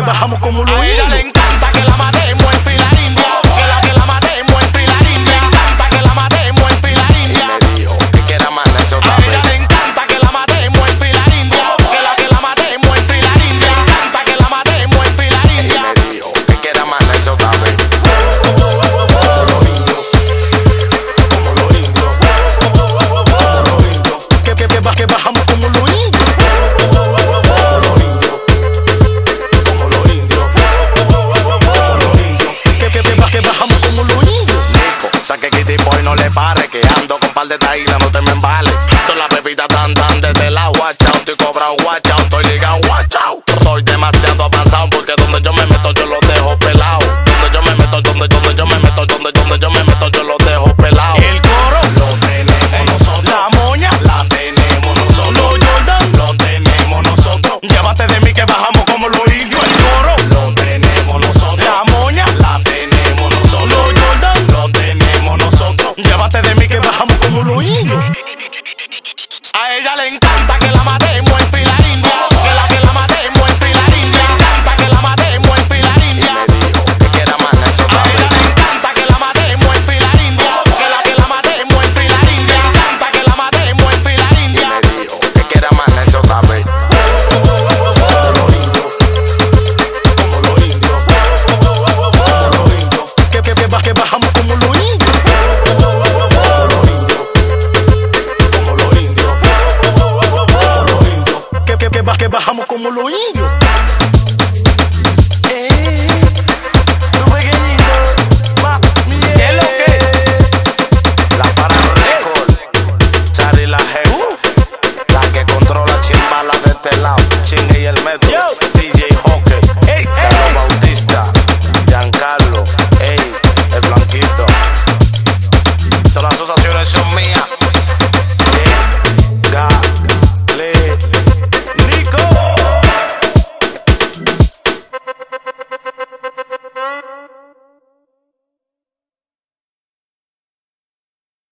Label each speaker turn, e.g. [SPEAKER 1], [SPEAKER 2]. [SPEAKER 1] bajamos como lo
[SPEAKER 2] A ella le encanta que la matemos en fila india. Que la que la matemos en fila india. Le encanta que la matemos en fila india.
[SPEAKER 3] me dijo que quiera más eso
[SPEAKER 2] A ella le encanta que la matemos en fila india. Que la que la matemos en fila india. Le encanta que la matemos en fila
[SPEAKER 3] Y
[SPEAKER 2] india.
[SPEAKER 3] me dijo que quiera más eso también. Como los indios, como los indios, como los indios,
[SPEAKER 1] que, que, que, ba- que bajamos como lo indios.
[SPEAKER 3] como los indios, como los indios, como los indios.
[SPEAKER 1] Que, que, que, ba- que bajamos como lo indios.
[SPEAKER 3] Nico, saque Kitty Boy, no le pare Que ando con par de taíla, no te me embales Todas las bebidas dan dan desde la guacha Estoy cobrado guacha, estoy ligado guacha Soy demasiado avanzado Porque donde yo me meto yo los dejo pelado Donde yo me meto, donde, donde yo me meto Donde, donde yo me meto yo los dejo pelado
[SPEAKER 2] El coro,
[SPEAKER 3] Lo tenemos nosotros
[SPEAKER 2] la moña,
[SPEAKER 3] La tenemos nosotros
[SPEAKER 2] Los Jordan.
[SPEAKER 3] Lo tenemos nosotros
[SPEAKER 2] llévate de mí que bajamos
[SPEAKER 3] este